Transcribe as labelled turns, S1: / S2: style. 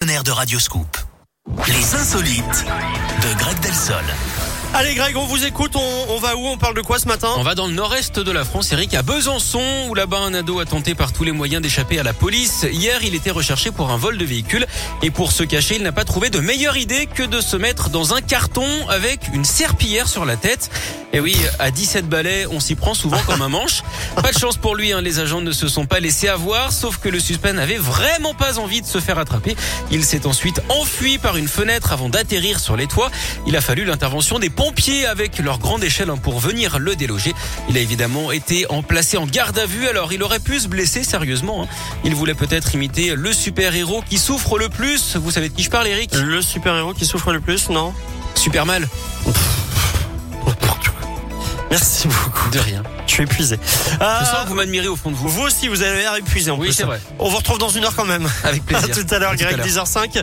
S1: partenaire de Radio Scoop. Les insolites de Greg Delsol.
S2: Allez Greg, on vous écoute, on, on va où On parle de quoi ce matin
S3: On va dans le nord-est de la France, Eric, à Besançon, où là-bas un ado a tenté par tous les moyens d'échapper à la police. Hier, il était recherché pour un vol de véhicule et pour se cacher, il n'a pas trouvé de meilleure idée que de se mettre dans un carton avec une serpillière sur la tête. Et oui, à 17 balais, on s'y prend souvent comme un manche. Pas de chance pour lui, hein, les agents ne se sont pas laissés avoir, sauf que le suspect n'avait vraiment pas envie de se faire attraper. Il s'est ensuite enfui par une fenêtre avant d'atterrir sur les toits. Il a fallu l'intervention des pompiers avec leur grande échelle hein, pour venir le déloger. Il a évidemment été en placé en garde à vue, alors il aurait pu se blesser sérieusement. hein. Il voulait peut-être imiter le super-héros qui souffre le plus. Vous savez de qui je parle, Eric
S2: Le super-héros qui souffre le plus, non
S3: Superman.
S2: Merci beaucoup.
S3: De rien.
S2: Je suis épuisé. Ah,
S3: Je sens que vous m'admirez au fond de vous.
S2: vous aussi, vous avez l'air épuisé en
S3: Oui,
S2: plus.
S3: c'est vrai.
S2: On vous retrouve dans une heure quand même.
S3: Avec plaisir.
S2: À tout à l'heure,
S3: À tout à
S2: Greg,
S3: l'heure.
S2: 10h05.